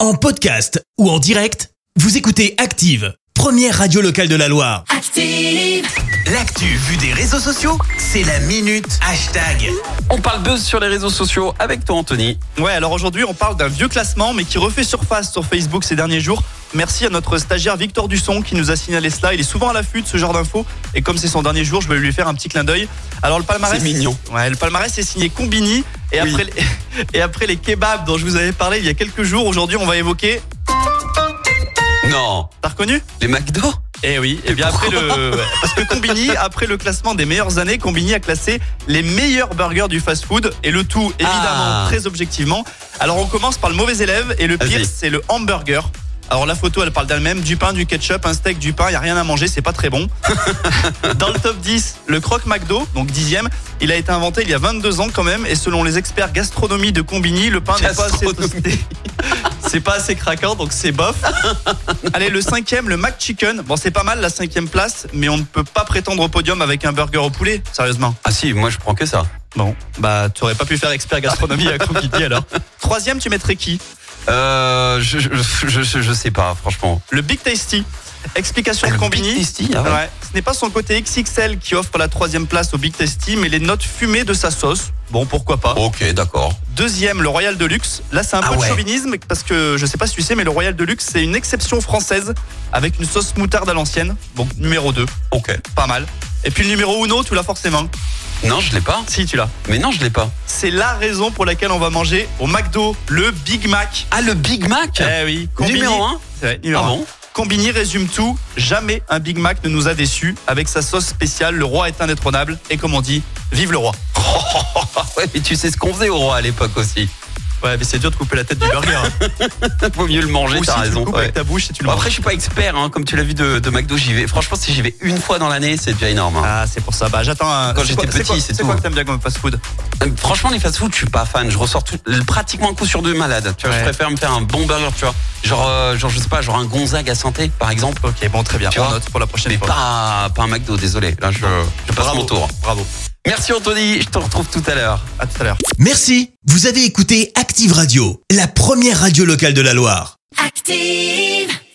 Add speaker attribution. Speaker 1: En podcast ou en direct, vous écoutez Active, première radio locale de la Loire.
Speaker 2: Active.
Speaker 3: L'actu vue des réseaux sociaux, c'est la minute hashtag.
Speaker 4: On parle buzz sur les réseaux sociaux avec toi Anthony.
Speaker 5: Ouais, alors aujourd'hui, on parle d'un vieux classement, mais qui refait surface sur Facebook ces derniers jours. Merci à notre stagiaire Victor Dusson qui nous a signalé cela. Il est souvent à l'affût de ce genre d'infos. Et comme c'est son dernier jour, je vais lui faire un petit clin d'œil. Alors, le palmarès.
Speaker 4: C'est mignon.
Speaker 5: Ouais, le palmarès est signé Combini. Et,
Speaker 4: Oui.
Speaker 5: après, les- et après les kebabs dont je vous avais parlé il y a quelques jours, aujourd'hui, on va évoquer.
Speaker 4: Non,
Speaker 5: T'as reconnu
Speaker 4: les McDo
Speaker 5: Eh oui, et bien après le. ouais, Parce que Combini, après le classement des meilleures années, Combini a classé les meilleurs burgers du fast-food. Et le tout, évidemment,
Speaker 4: Ah.
Speaker 5: très objectivement. Alors on commence par le mauvais élève, et le pire,
Speaker 4: Vas-y.
Speaker 5: c'est le hamburger. Alors la photo, elle parle d'elle-même du pain, du ketchup, un steak, du pain, il a rien à manger, c'est pas très bon. Dans le top 10, le croque McDo, donc dixième, il a été inventé il y a 22 ans quand même, et selon les experts gastronomie de Combini, le pain n'est pas assez
Speaker 4: Gastronomie.
Speaker 5: toasté. C'est pas assez craquant, donc c'est bof. Allez, le cinquième, le McChicken. Bon, c'est pas mal la cinquième place, mais on ne peut pas prétendre au podium avec un burger au poulet, sérieusement.
Speaker 4: Ah si, moi je prends que ça.
Speaker 5: Bon, bah, tu aurais pas pu faire expert gastronomie à Combini alors. Troisième, tu mettrais qui
Speaker 4: Euh, je, je, je- je- je sais pas, franchement.
Speaker 5: Le Big Tasty. Explication de
Speaker 4: Le
Speaker 5: Combini.
Speaker 4: Big Tasty, ah ouais.
Speaker 5: Ce n'est pas son côté XXL qui offre la troisième place au Big Tasty, mais les notes fumées de sa sauce. Bon, pourquoi pas.
Speaker 4: Ok, d'accord.
Speaker 5: Deuxième, le Royal Deluxe. Là, c'est un
Speaker 4: Ah
Speaker 5: peu
Speaker 4: ouais.
Speaker 5: de chauvinisme, parce que je sais pas si tu sais, mais le Royal Deluxe, c'est une exception française avec une sauce moutarde à l'ancienne. Donc, numéro 2.
Speaker 4: Ok.
Speaker 5: Pas mal. Et puis, le numéro uno, tu l'as forcément.
Speaker 4: Non, je l'ai pas.
Speaker 5: Si, tu l'as.
Speaker 4: Mais non, je l'ai pas.
Speaker 5: C'est la raison pour laquelle on va manger au McDo le Big Mac.
Speaker 4: Ah, le Big Mac
Speaker 5: Eh oui, Combini-
Speaker 4: Numéro 1
Speaker 5: C'est vrai,
Speaker 4: Ah
Speaker 5: numéro un.
Speaker 4: bon
Speaker 5: Combini résume tout. Jamais un Big Mac ne nous a déçus. Avec sa sauce spéciale, le roi est indétrônable. Et comme on dit, vive le roi.
Speaker 4: Ah ouais, mais tu sais ce qu'on faisait au roi à l'époque aussi.
Speaker 5: Ouais, mais c'est dur de couper la tête du burger. hein.
Speaker 4: Vaut mieux le manger,
Speaker 5: Ou si
Speaker 4: t'as
Speaker 5: tu le
Speaker 4: raison.
Speaker 5: coupes
Speaker 4: ouais.
Speaker 5: avec ta bouche et tu le
Speaker 4: Bon,
Speaker 5: manges.
Speaker 4: après, je suis pas expert, hein, comme tu l'as vu de, de McDo, j'y vais. Franchement, si j'y vais une fois dans l'année, c'est déjà énorme. hein.
Speaker 5: Ah, c'est pour ça. Bah, j'attends. un-
Speaker 4: Quand
Speaker 5: c'est
Speaker 4: j'étais
Speaker 5: quoi-
Speaker 4: petit,
Speaker 5: quoi-
Speaker 4: c'est
Speaker 5: C'est hein. quoi
Speaker 4: tout.
Speaker 5: que t'aimes bien comme fast-food
Speaker 4: Euh, Franchement, les fast-food, je suis pas fan. Je ressors tout- pratiquement un coup sur deux malade. Tu vois, je
Speaker 5: Ouais.
Speaker 4: préfère me faire un bon burger, tu vois. Genre, euh, genre, je sais pas, genre un Gonzague à santé, par exemple.
Speaker 5: Ok, bon, très bien.
Speaker 4: Tu
Speaker 5: On
Speaker 4: vois
Speaker 5: note pour la prochaine
Speaker 4: Mais
Speaker 5: fois.
Speaker 4: pas, pas un McDo, désolé. Là, je, je passe
Speaker 5: Bravo.
Speaker 4: mon tour.
Speaker 5: Bravo.
Speaker 4: Merci Anthony, je te retrouve tout à l'heure.
Speaker 5: À tout à l'heure.
Speaker 1: Merci, vous avez écouté Active Radio, la première radio locale de la Loire.
Speaker 2: Active.